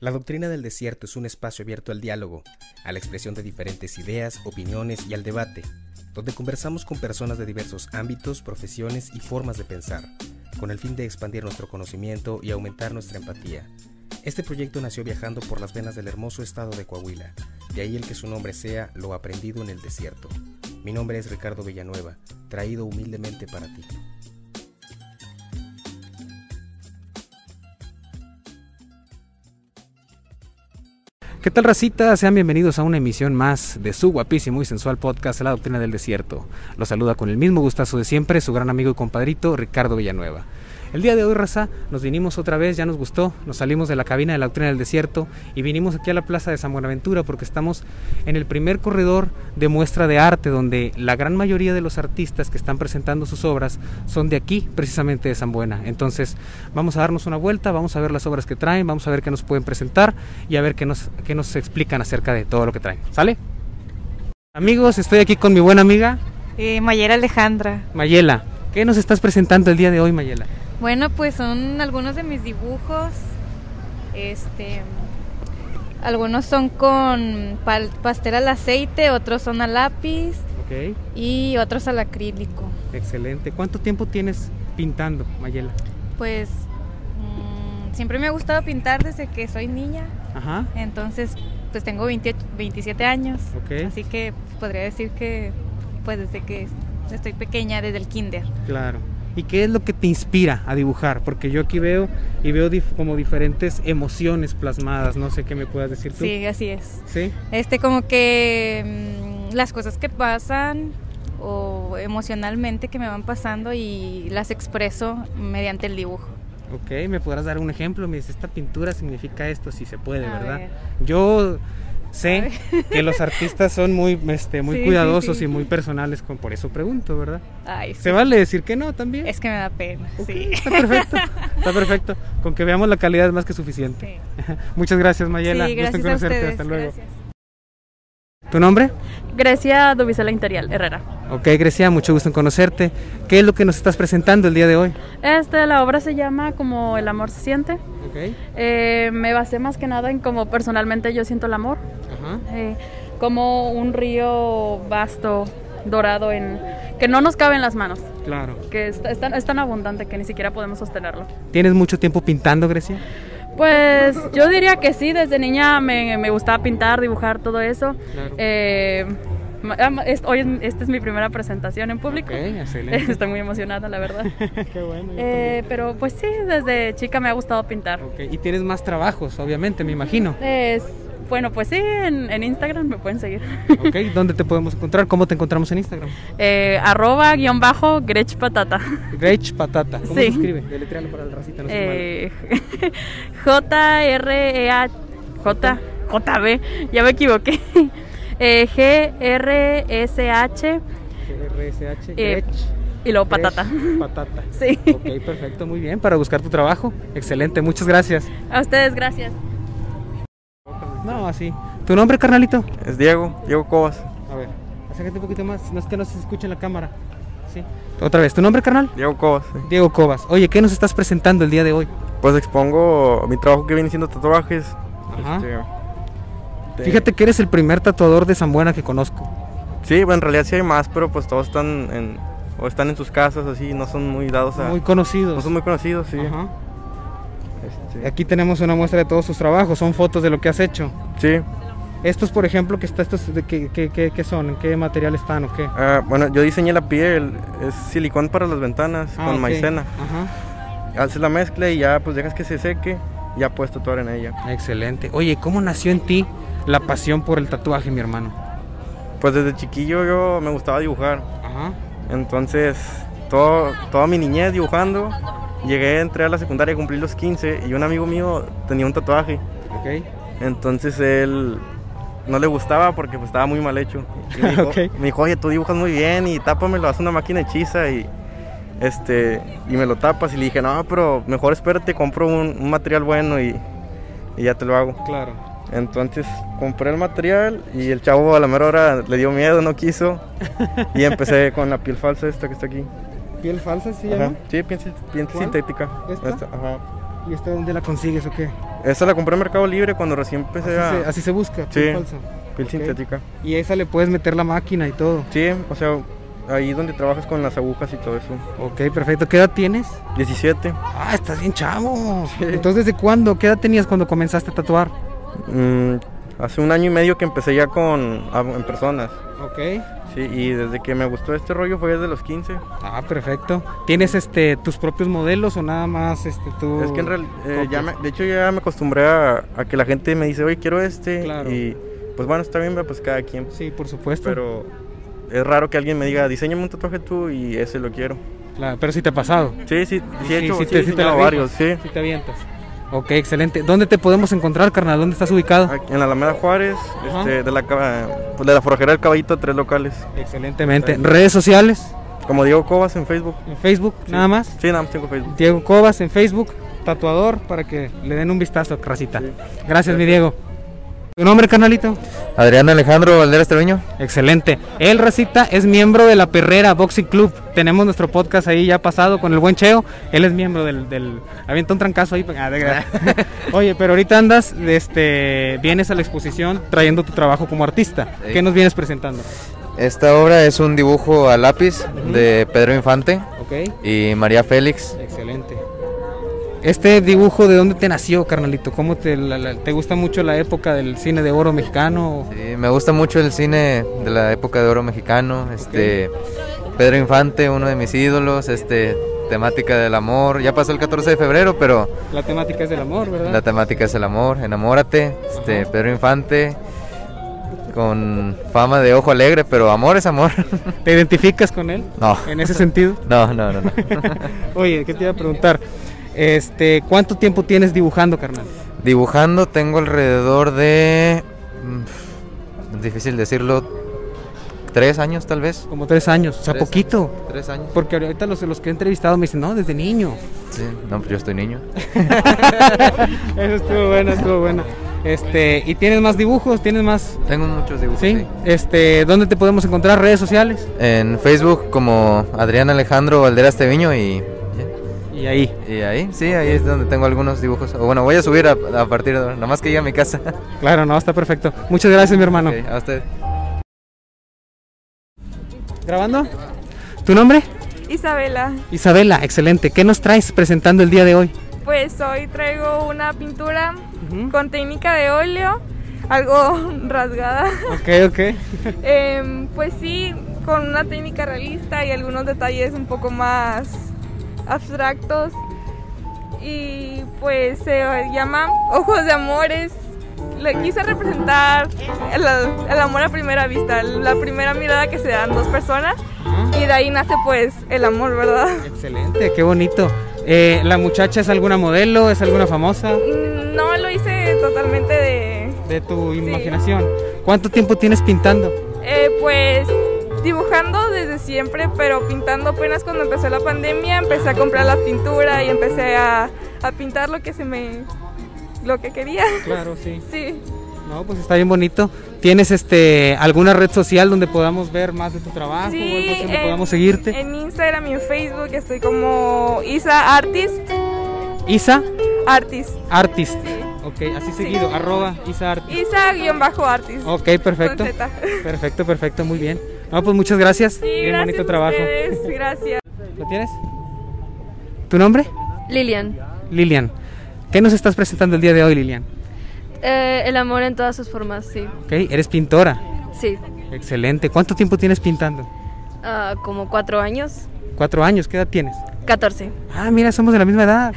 La doctrina del desierto es un espacio abierto al diálogo, a la expresión de diferentes ideas, opiniones y al debate, donde conversamos con personas de diversos ámbitos, profesiones y formas de pensar, con el fin de expandir nuestro conocimiento y aumentar nuestra empatía. Este proyecto nació viajando por las venas del hermoso estado de Coahuila, de ahí el que su nombre sea Lo aprendido en el desierto. Mi nombre es Ricardo Villanueva, traído humildemente para ti. ¿Qué tal racita? Sean bienvenidos a una emisión más de su guapísimo y sensual podcast La Doctrina del Desierto. Los saluda con el mismo gustazo de siempre su gran amigo y compadrito Ricardo Villanueva. El día de hoy, raza, nos vinimos otra vez, ya nos gustó, nos salimos de la cabina de la Doctrina del Desierto y vinimos aquí a la Plaza de San Buenaventura porque estamos en el primer corredor de muestra de arte donde la gran mayoría de los artistas que están presentando sus obras son de aquí, precisamente de San Buena. Entonces, vamos a darnos una vuelta, vamos a ver las obras que traen, vamos a ver qué nos pueden presentar y a ver qué nos, qué nos explican acerca de todo lo que traen. ¿Sale? Amigos, estoy aquí con mi buena amiga Eh, Mayera Alejandra. Mayela. ¿Qué nos estás presentando el día de hoy, Mayela? Bueno, pues son algunos de mis dibujos. Este, algunos son con pal- pastel al aceite, otros son a lápiz Ok, y otros al acrílico. excelente. ¿Cuánto tiempo tienes pintando, Mayela? Pues mm, siempre me ha gustado pintar desde que soy niña, Ajá. entonces pues tengo 28 27 años, Ok. así que podría decir que pues desde que estoy pequeña, desde el kinder. Claro. ¿Y qué es lo que te inspira a dibujar? Porque yo aquí veo y veo dif- como diferentes emociones plasmadas, no sé qué me puedas decir tú. Sí, así es. ¿Sí? Este, como que mm, las cosas que pasan o emocionalmente que me van pasando y las expreso mediante el dibujo. Ok, me podrás dar un ejemplo, me dices, esta pintura significa esto, si se puede, A ¿verdad? ver. Yo sé que los artistas son muy, este, muy Sí, sí, cuidadosos sí. y muy personales, con, por eso pregunto, ¿verdad? Ay, sí. ¿Se vale decir que no también? Es que me da pena. Ok, sí. Está perfecto, está perfecto. Con que veamos la calidad es más que suficiente. Sí. Muchas gracias, Mayela. Sí, Gusto gracias a en conocerte. ustedes. Hasta luego. gracias. ¿Tu nombre? Grecia Dubicela Interial Herrera. Ok, Grecia, mucho gusto en conocerte. ¿Qué es lo que nos estás presentando el día de hoy? Este, la obra se llama como El amor se siente. Ok, Eh, me basé más que nada en cómo personalmente yo siento el amor, ajá, eh, como un río vasto, dorado, en que no nos cabe en las manos, claro. que es, es tan, es tan abundante que ni siquiera podemos sostenerlo. ¿Tienes mucho tiempo pintando, Grecia? Pues yo diría que sí, desde niña me, me gustaba pintar, dibujar, todo eso. Claro. Eh, ma- am- es- hoy es- esta es mi primera presentación en público. excelente. Estoy muy emocionada, la verdad. Qué bueno. yo Eh, pero pues sí, desde chica me ha gustado pintar. también. Ok, y tienes más trabajos, obviamente, me imagino. Es, bueno, pues sí, en, en Instagram me pueden seguir. Ok, ¿dónde te podemos encontrar? ¿Cómo te encontramos en Instagram? Eh, arroba guión bajo Gretch Patata. Grech Patata. ¿Cómo se Sí. escribe? Deletréalo para el racita, no se Eh, J R E A J J B. Ya me equivoqué. Eh, G R S H RSH, eh, Grech. y luego patata. Grech Patata. Sí. Ok, perfecto, muy bien, para buscar tu trabajo. Excelente, muchas gracias. A ustedes, gracias. No, así. ¿Tu nombre, carnalito? Es Diego, Diego Cobas. A ver, acércate un poquito más, no es que no se escuche en la cámara. Sí. Otra vez, ¿tu nombre, carnal? Diego Cobas. sí. Diego Cobas. Oye, ¿qué nos estás presentando el día de hoy? Pues expongo mi trabajo que viene siendo tatuajes. Ajá. Este, de- Fíjate que eres el primer tatuador de San Buena que conozco. Sí, bueno, en realidad sí hay más, pero pues todos están en, o están en sus casas, así, no son muy dados a. Muy conocido. no pues son muy conocidos, sí. Ajá. Este, Aquí tenemos una muestra de todos sus trabajos, son fotos de lo que has hecho. sí. Estos, por ejemplo, que está, estos, de qué, qué- qué- qué son? ¿En qué material están o qué? Ah, bueno, yo diseñé la piel, es silicón para las ventanas Ah, con ok. maicena. Ajá. Haces la mezcla y ya pues dejas que se seque, ya puedes tatuar en ella. Ah, Excelente. Oye, ¿cómo nació en ti la pasión por el tatuaje, mi hermano? Pues desde chiquillo yo me gustaba dibujar. Ajá. Entonces, todo, toda mi niñez dibujando, llegué, entré a la secundaria, cumplí los 15 y un amigo mío tenía un tatuaje. Ok. Entonces él no le gustaba porque pues, estaba muy mal hecho. Y me, dijo, Ok. me dijo, oye, tú dibujas muy bien y tápamelo, haz una máquina hechiza y, este, y me lo tapas. Y le dije, no, pero mejor espérate, compro un, un material bueno y, y ya te lo hago. Claro. Entonces compré el material y el chavo a la mera hora le dio miedo, no quiso. Y empecé con la piel falsa esta que está aquí. ¿Piel falsa se Ajá. llama? Sí, piel, sin- piel ¿Cuál? sintética. ¿Esta? ajá. ¿Y esta dónde este la consigues o qué? Esa la compré en Mercado Libre cuando recién Así, empecé se, a así se busca, Sí. piel falsa. piel ok. sintética. Y a esa le puedes meter la máquina y todo. Sí, o sea, ahí donde trabajas con las agujas y todo eso. Ok, perfecto. ¿Qué edad tienes? 17. Ah, estás bien chavo. Entonces, ¿desde cuándo? ¿Qué edad tenías cuando comenzaste a tatuar? Mm, hace un año y medio que empecé ya con a- en personas. Ok. Sí, y desde que me gustó este rollo fue desde los 15. Ah, perfecto. ¿Tienes este tus propios modelos o nada más este tú? Es que en realidad, ya copias. me- de hecho ya me acostumbré a, a que la gente me dice, oye, quiero este. Claro. Y pues bueno, está bien, va, pues cada quien. Sí, por supuesto. Pero, Pero es raro que alguien me diga, diseñame un tatuaje tú y ese lo quiero. pero sí te ha pasado. Sí, sí, sí, he Sí, hecho, sí sí, te- he sí te diseñado la varios, sí. Sí te avientas. Ok, excelente. ¿Dónde te podemos encontrar, carnal? ¿Dónde estás ubicado? Aquí En la Alameda Juárez, Ajá. este, de, la, ca- pues, de la forrajera del caballito, tres locales. Excelentemente. ¿Redes sociales? Como Diego Cobas en Facebook. ¿En Facebook? Nada más. Sí, nada más tengo Facebook. Diego Cobas en Facebook, tatuador, para que le den un vistazo, racita. Sí. Gracias, mi Diego. ¿Tu nombre, carnalito? Adrián Alejandro Valderas Treviño. Excelente. Eh, El Racita es miembro de la Perrera Boxing Club. Tenemos nuestro podcast ahí ya pasado con el buen Cheo. Él es miembro del. del... Avienta un trancazo ahí. Ah, de- de- Oye, pero ahorita andas, este, vienes a la exposición trayendo tu trabajo como artista. Sí. ¿Qué nos vienes presentando? Esta obra es un dibujo a lápiz de Pedro Infante Ok, y María Félix. excelente. Este dibujo, ¿de dónde te nació, carnalito? ¿Cómo te, la- la- te gusta mucho la época del cine de oro mexicano? Sí, Eh, me gusta mucho el cine de la época de oro mexicano. Este, Pedro Infante, uno de mis ídolos. Este, temática del amor. Ya pasó el 14 de febrero, pero La temática es del amor, ¿verdad? la temática es el amor. Enamórate. Este, Ajá. Pedro Infante con fama de ojo alegre, pero amor es amor. ¿Te identificas con él? no, En ese sentido. no, no, no. no. Oye, ¿qué te iba a preguntar? Este, ¿cuánto tiempo tienes dibujando, carnal? Dibujando tengo alrededor de... mm, es Difícil decirlo. Tres años tal vez. Como tres años, o sea, Tres poquito. Tres años. Porque ahorita los, los que he entrevistado me dicen, no, desde niño. Sí. No, pues yo estoy niño. Eso estuvo bueno, estuvo bueno. Este, ¿y tienes más dibujos? ¿Tienes más? Tengo muchos dibujos. ¿Sí? sí. Este, ¿dónde te podemos encontrar? ¿Redes sociales? En Facebook como Adrián Alejandro Valderas Teviño y... Y ahí. Y ahí, sí, ahí es donde tengo algunos dibujos. O bueno, voy a subir a, a partir de ahora, nada más que llegue a mi casa. Claro, no, está perfecto. Muchas gracias, mi hermano. Ok, a usted. ¿Grabando? ¿Tu nombre? Isabela, Isabela, excelente. ¿Qué nos traes presentando el día de hoy? pues hoy traigo una pintura con técnica de óleo, algo rasgada. Ok, ok. Em, pues sí, con una técnica realista y algunos detalles un poco más abstractos. Y pues se llama Ojos de Amores. Le quise representar el, el amor a primera vista, la primera mirada que se dan dos personas. Y de ahí nace pues el amor, ¿verdad? Excelente, qué bonito. Eh, ¿La muchacha es alguna modelo? ¿Es alguna famosa? No lo hice totalmente de, de tu imaginación. ¿Cuánto tiempo tienes pintando? Eh, pues dibujando desde siempre, pero pintando apenas cuando empezó la pandemia, empecé a comprar la pintura y empecé a, a pintar lo que se me lo que quería. Claro, sí. Sí. No, pues está bien bonito. ¿Tienes este alguna red social donde podamos ver más de tu trabajo o algo sí, eh, así donde podamos seguirte? En Instagram y en Facebook estoy como Isa Artist, Isa eh, Artist. Artist. Sí. Ok, así seguido, arroba Isa Artist. Isa-artist. Ok, perfecto. Con Z. Perfecto, perfecto, muy bien. No, pues muchas gracias. Sí, bien gracias bonito a trabajo. ustedes, Gracias. ¿Lo tienes? ¿Tu nombre? Lilian, Lilian. ¿Qué nos estás presentando el día de hoy, Lilian? eh, el amor en todas sus formas, sí. Ok, eres pintora. Sí, Excelente. ¿Cuánto tiempo tienes pintando? Ah, como cuatro años. Cuatro años, ¿qué edad tienes? 14. Ah, mira, somos de la misma edad.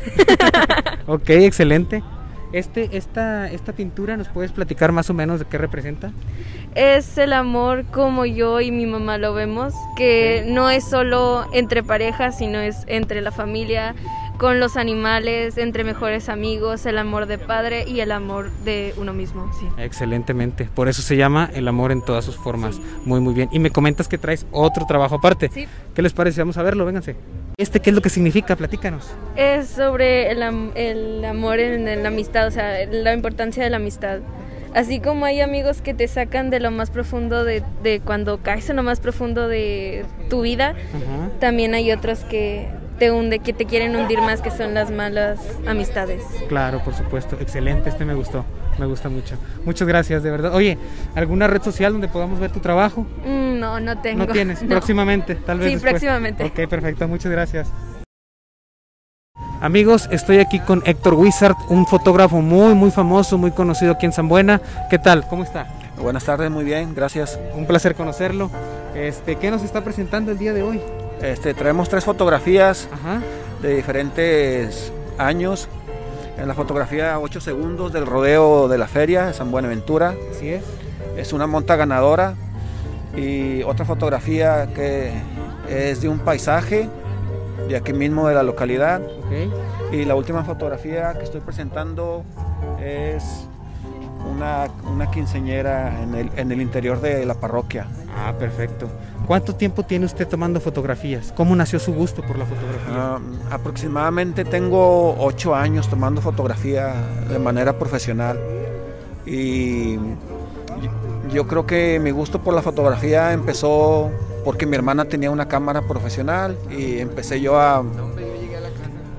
ok, excelente. Este, esta, esta pintura, ¿nos puedes platicar más o menos de qué representa? Es el amor como yo y mi mamá lo vemos, que no es solo entre parejas, sino es entre la familia, con los animales, entre mejores amigos, el amor de padre y el amor de uno mismo, sí. Excelentemente. Por eso se llama El amor en todas sus formas. Muy, muy bien. Y me comentas que traes otro trabajo aparte. Sí. ¿Qué les parece? Vamos a verlo, vénganse. ¿Este qué es lo que significa? Platícanos. Es sobre el, am- el amor en, en la amistad, o sea, la importancia de la amistad. Así como hay amigos que te sacan de lo más profundo de, de cuando caes en lo más profundo de tu vida, Ajá. también hay otros que te hunde, que te quieren hundir más, que son las malas amistades. Claro, por supuesto. Excelente, este me gustó. Me gusta mucho. Muchas gracias, de verdad. Oye, ¿alguna red social donde podamos ver tu trabajo? Mm, No, no tengo. No tienes. No. Próximamente, tal vez. Sí, después. próximamente. Ok, perfecto. Muchas gracias. Amigos, estoy aquí con Héctor Wizard, un fotógrafo muy, muy famoso, muy conocido aquí en San Buena. ¿Qué tal? ¿Cómo está? Buenas tardes, muy bien, gracias. Un placer conocerlo. Este, ¿Qué nos está presentando el día de hoy? Este, traemos tres fotografías Ajá. de diferentes años. En Eh, la fotografía 8 segundos del rodeo de la feria de San Buenaventura. Así es. Es una monta ganadora. Y otra fotografía que es de un paisaje de aquí mismo de la localidad. Ok. Y la última fotografía que estoy presentando es una, una quinceñera en el, en el interior de la parroquia. Ah, perfecto. ¿Cuánto tiempo tiene usted tomando fotografías? ¿Cómo nació su gusto por la fotografía? Ah, aproximadamente tengo ocho años tomando fotografía de manera profesional y yo- yo creo que mi gusto por la fotografía empezó porque mi hermana tenía una cámara profesional y empecé yo a,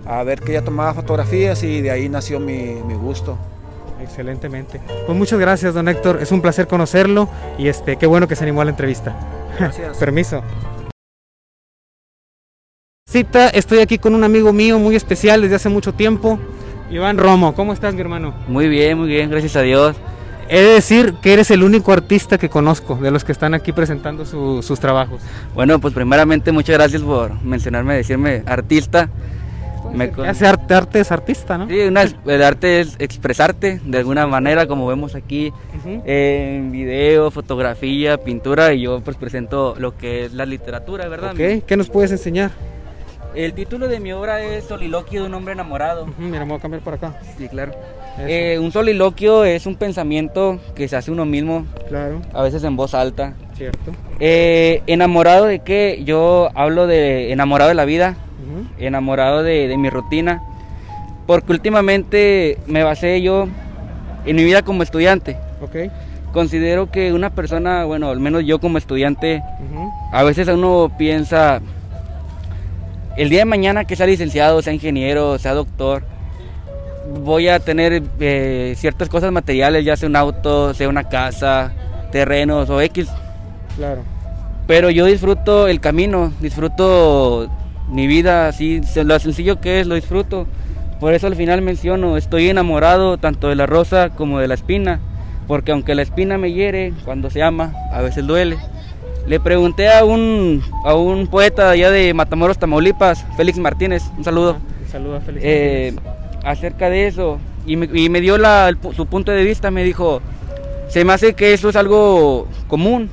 a ver que ella tomaba fotografías y de ahí nació mi, mi gusto. Excelentemente. Pues muchas gracias, don Héctor. Es un placer conocerlo y este, qué bueno que se animó a la entrevista. Gracias. Permiso. Cita, estoy aquí con un amigo mío muy especial desde hace mucho tiempo, Iván Romo. ¿Cómo estás, mi hermano? Muy bien, muy bien, gracias a Dios. He de decir que eres el único artista que conozco de los que están aquí presentando su- sus trabajos. Bueno, pues primeramente muchas gracias por mencionarme, decirme artista. Me con- Pues, Hace arte, arte es artista, ¿no? Sí, una- el arte es expresarte de alguna manera, como vemos aquí Ujú. eh, en video, fotografía, pintura, y yo pues presento lo que es la literatura, ¿verdad? Ok, ¿Qué nos puedes enseñar? El título de mi obra es Soliloquio de un hombre enamorado. Ujú, mira, me voy a cambiar por acá. Sí, claro. Eso, Eh, un soliloquio es un pensamiento que se hace uno mismo, claro, a veces en voz alta. cierto. Eh, enamorado de qué? Yo hablo de enamorado de la vida, Ujú. enamorado de, de mi rutina, porque últimamente me basé yo en mi vida como estudiante. Ok. Considero que una persona, bueno, al menos yo como estudiante, ujú. a veces uno piensa, el día de mañana que sea licenciado, sea ingeniero, sea doctor, voy a tener eh, ciertas cosas materiales, ya sea un auto, sea una casa, terrenos o X. Claro. Pero yo disfruto el camino, disfruto mi vida, así se- lo sencillo que es, lo disfruto. Por eso al final menciono, estoy enamorado tanto de la rosa como de la espina, porque aunque la espina me hiere, cuando se ama, a veces duele. Le pregunté a un, a un poeta allá de Matamoros, Tamaulipas, Félix Martínez, un saludo, Un saludo a Félix. eh, acerca de eso, y me, y me dio la- el pu- su punto de vista, me dijo, se me hace que eso es algo común,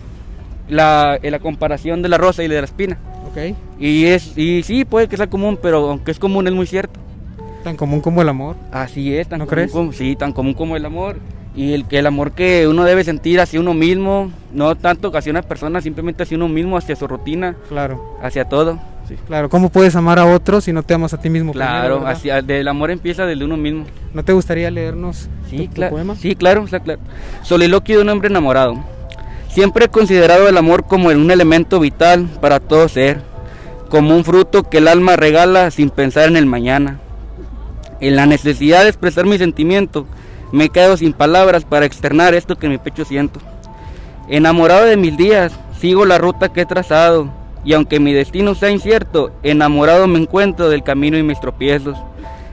la, eh, la comparación de la rosa y de la espina. Martínez. Y, es, y sí, puede que sea común, pero aunque es común es muy cierto. Ok. Tan común como el amor. Así es, tan ¿No común crees? como- sí, tan común como el amor. Y el, que el amor que uno debe sentir hacia uno mismo, no tanto hacia una persona, simplemente hacia uno mismo, hacia su rutina, Claro. hacia todo. Claro. ¿Cómo puedes amar a otro si no te amas a ti mismo? primero, Claro, verdad? hacia, del amor empieza desde uno mismo. ¿No te gustaría leernos tu- Sí, tu, claro. poema? Sí, claro, está claro. Soliloquio de un hombre enamorado. Siempre he considerado el amor como un elemento vital para todo ser, como un fruto que el alma regala sin pensar en el mañana. En la necesidad de expresar mi sentimiento, me quedo sin palabras para externar esto que en mi pecho siento. Enamorado de mis días, sigo la ruta que he trazado, y aunque mi destino sea incierto, enamorado me encuentro del camino y mis tropiezos.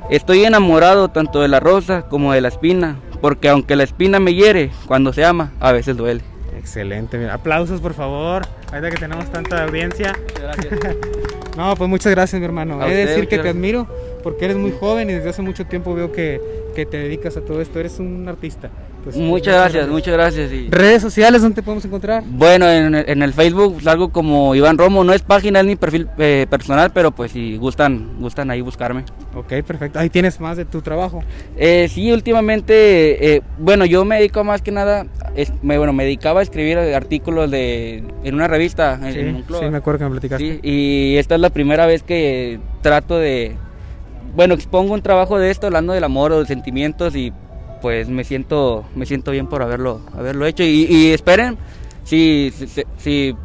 Estoy enamorado tanto de la rosa como de la espina, porque aunque la espina me hiere, cuando se ama, a veces duele. Excelente. mira, Aplausos, por favor. Ahorita que tenemos tanta audiencia. No, pues muchas gracias, mi hermano. A He de usted, decir que muchas gracias. te admiro porque eres muy joven y desde hace mucho tiempo veo que, que te dedicas a todo esto. Eres un artista. Entonces, Muchas gracias, muchas gracias. y- ¿Redes sociales dónde te podemos encontrar? Bueno, en, en el Facebook salgo como Iván Romo, no es página, es mi perfil eh, personal, pero pues si gustan, gustan ahí buscarme. Ok, perfecto. Ahí tienes más de tu trabajo. Eh, sí, últimamente, eh, bueno, yo me dedico más que nada, es- me, bueno, me dedicaba a escribir artículos de, en una revista, en, Sí, en Moncloa. sí, me acuerdo que me platicaste. Sí, y esta es la primera vez que trato de, bueno, expongo un trabajo de esto, hablando del amor o de sentimientos y pues me siento, me siento bien por haberlo, haberlo hecho y, y esperen, si, si, si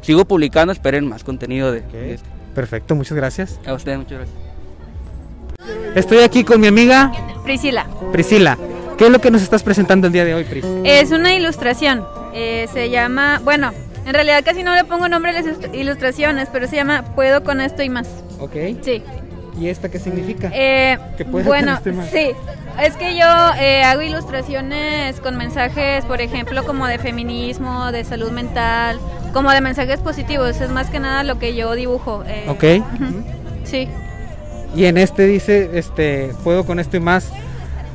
sigo publicando, esperen más contenido de, de esto. Perfecto, muchas gracias. A usted, muchas gracias. Estoy aquí con mi amiga Priscila, Priscila. ¿Qué es lo que nos estás presentando el día de hoy, Pris? es una ilustración. eh, se llama, bueno, en realidad casi no le pongo nombre a las ilust- ilustraciones, pero se llama Puedo con esto y más. Ok. Sí. ¿Y esta qué significa? Eh, Que puedes bueno, hacer este mal. sí. Es que yo eh, hago ilustraciones con mensajes, por ejemplo, como de feminismo, de salud mental, como de mensajes positivos. Es más que nada lo que yo dibujo. eh, Ok. ujú, Sí. Y en este dice, este, puedo con esto y más.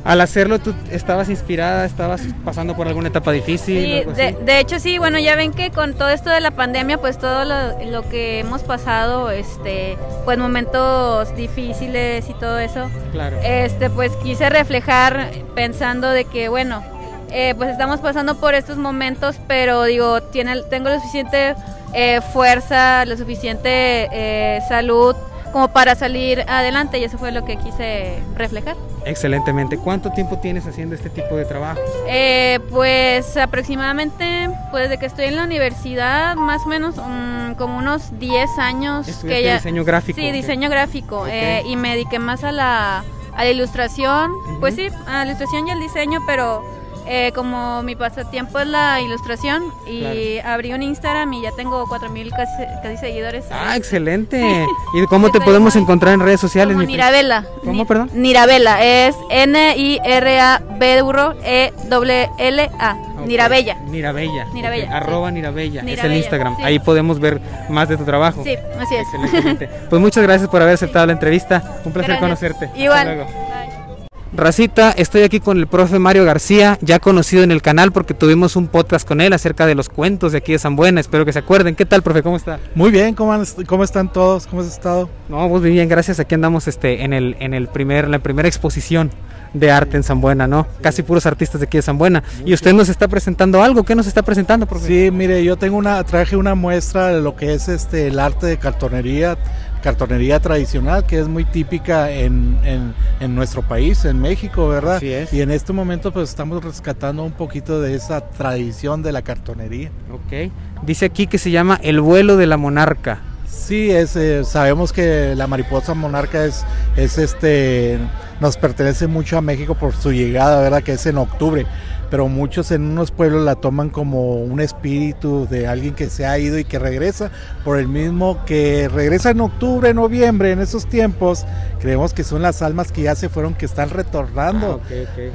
Al hacerlo, tú estabas inspirada, estabas pasando por alguna etapa difícil. Sí, algo así? de, de hecho sí, bueno, ya ven que con todo esto de la pandemia, pues todo lo, lo que hemos pasado, este, pues momentos difíciles y todo eso, Claro. este, pues quise reflejar pensando de que, bueno, eh, pues estamos pasando por estos momentos, pero digo, tiene, tengo la suficiente eh, fuerza, la suficiente eh, salud como para salir adelante y eso fue lo que quise reflejar. Excelentemente. ¿Cuánto tiempo tienes haciendo este tipo de trabajo? Eh, pues aproximadamente, pues de que estoy en la universidad, más o menos mm, como unos 10 años. ¿Estudiaste que ya, diseño gráfico? Sí, Ok. diseño gráfico. Ok. eh, y me dediqué más a la, a la ilustración, pues sí, a la ilustración y al diseño, pero eh, como mi pasatiempo es la ilustración y abrí un Instagram y ya tengo 4.000 casi, casi seguidores. Ah, excelente. ¿Y cómo te podemos encontrar en redes sociales? Como mi Pris? Nirabela. ¿Cómo, Ni- perdón? Nirabela, es E N-I-R-A-B-E-L-A. Ok. Nirabella. Nirabella. Nirabella, Ok, sí. Arroba Nirabella. Es el Nirabella, Instagram. sí. Ahí podemos ver más de tu trabajo. Sí, así es. Excelentemente. Pues muchas gracias por haber aceptado la entrevista. Un placer Gracias. conocerte. Hasta Igual. luego. Racita, estoy aquí con el profe Mario García, ya conocido en el canal porque tuvimos un podcast con él acerca de los cuentos de aquí de San Buena. Espero que se acuerden. ¿Qué tal, profe? ¿Cómo está? Muy bien, ¿cómo, han est- cómo están todos? ¿Cómo has estado? No, pues muy bien, gracias. Aquí andamos este, en, el, en el primer, la primera exposición de arte en San Buena, ¿no? Casi puros artistas de aquí de San Buena. Y usted nos está presentando algo. ¿Qué nos está presentando, profe? Sí, mire, yo tengo una, traje una muestra de lo que es este el arte de cartonería, cartonería tradicional, que es muy típica en, en- en nuestro país, en México, ¿verdad? Así es. Y en este momento pues estamos rescatando un poquito de esa tradición de la cartonería. Ok. Dice aquí que se llama El vuelo de la monarca. Sí, es, eh, sabemos que la mariposa monarca es, es este, nos pertenece mucho a México por su llegada, ¿verdad? Que es en octubre, pero muchos en unos pueblos la toman como un espíritu de alguien que se ha ido y que regresa, por el mismo que regresa en octubre, noviembre, en esos tiempos, creemos que son las almas que ya se fueron, que están retornando.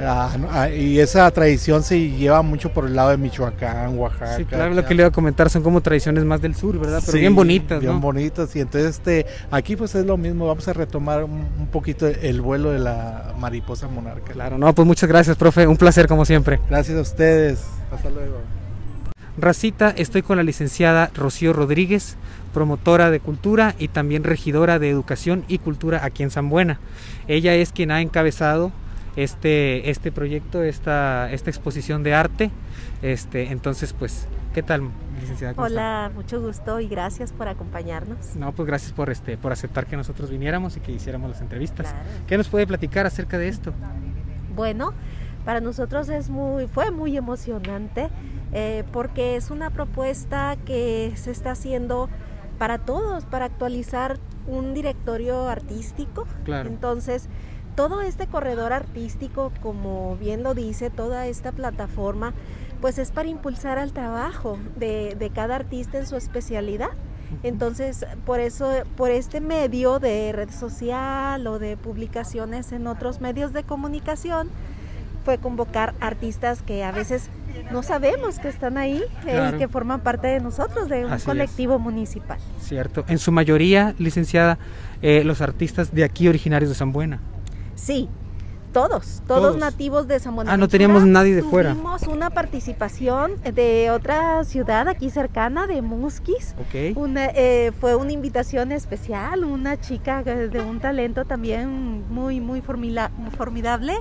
Ah, no, ah, y esa tradición se lleva mucho por el lado de Michoacán, Oaxaca. Sí, claro, lo que le iba a comentar son como tradiciones más del sur, ¿verdad? Pero bien Sí, bonitas, Bien ¿no? bonitas. Y entonces este, aquí pues es lo mismo. Vamos a retomar un, un poquito el vuelo de la mariposa monarca. claro, no, pues muchas gracias, profe. Un placer, como siempre. Gracias a ustedes. Hasta luego. Racita, estoy con la licenciada Rocío Rodríguez, promotora de cultura y también regidora de educación y cultura aquí en San Buena. Ella es quien ha encabezado este, este proyecto, esta, esta exposición de arte. Este, entonces, pues, ¿qué tal, licenciada? ¿Cómo está? Hola, mucho gusto y gracias por acompañarnos. No, pues gracias por este, por aceptar que nosotros viniéramos y que hiciéramos las entrevistas. Claro. ¿Qué nos puede platicar acerca de esto? Bueno, para nosotros es muy, fue muy emocionante eh, porque es una propuesta que se está haciendo para todos, para actualizar un directorio artístico. Claro. Entonces, todo este corredor artístico, como bien lo dice, toda esta plataforma, pues es para impulsar al trabajo de, de cada artista en su especialidad. Entonces, por eso, por este medio de red social o de publicaciones en otros medios de comunicación, fue convocar artistas que a veces no sabemos que están ahí eh, Claro. y que forman parte de nosotros, de un Así es. colectivo municipal. Cierto. En su mayoría, licenciada, eh, los artistas de aquí originarios de San Buena. Sí, todos, todos, Todos. nativos de San Buenaventura. Ah, no teníamos nadie de fuera. Tuvimos una participación de otra ciudad aquí cercana, de Musquis. Ok. Una, eh, fue una invitación especial, una chica eh, de un talento también muy, muy formila- formidable.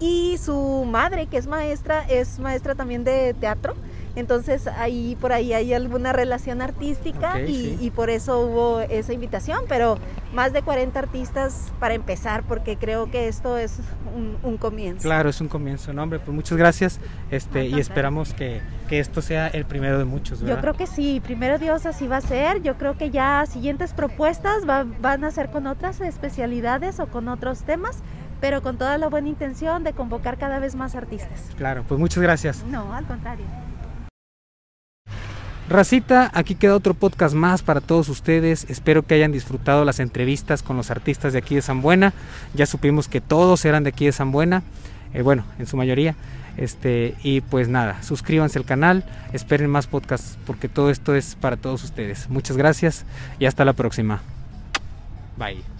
Y su madre, que es maestra, es maestra también de teatro. Entonces ahí por ahí hay alguna relación artística Ok, y, sí. y por eso hubo esa invitación, pero más de 40 artistas para empezar, porque creo que esto es un, un comienzo. Claro, es un comienzo, ¿no, hombre? Pues muchas gracias este, y esperamos que, que esto sea el primero de muchos, pues, ¿verdad? Yo creo que sí, primero Dios así va a ser. Yo creo que ya siguientes propuestas va- van a ser con otras especialidades o con otros temas, pero con toda la buena intención de convocar cada vez más artistas. Claro, pues muchas gracias. No, al contrario. Racita, aquí queda otro podcast más para todos ustedes. Espero que hayan disfrutado las entrevistas con los artistas de aquí de San Buena. Ya supimos que todos eran de aquí de San Buena, eh, bueno, en su mayoría. Este, y pues nada, suscríbanse al canal, esperen más podcasts porque todo esto es para todos ustedes. Muchas gracias y hasta la próxima. Bye.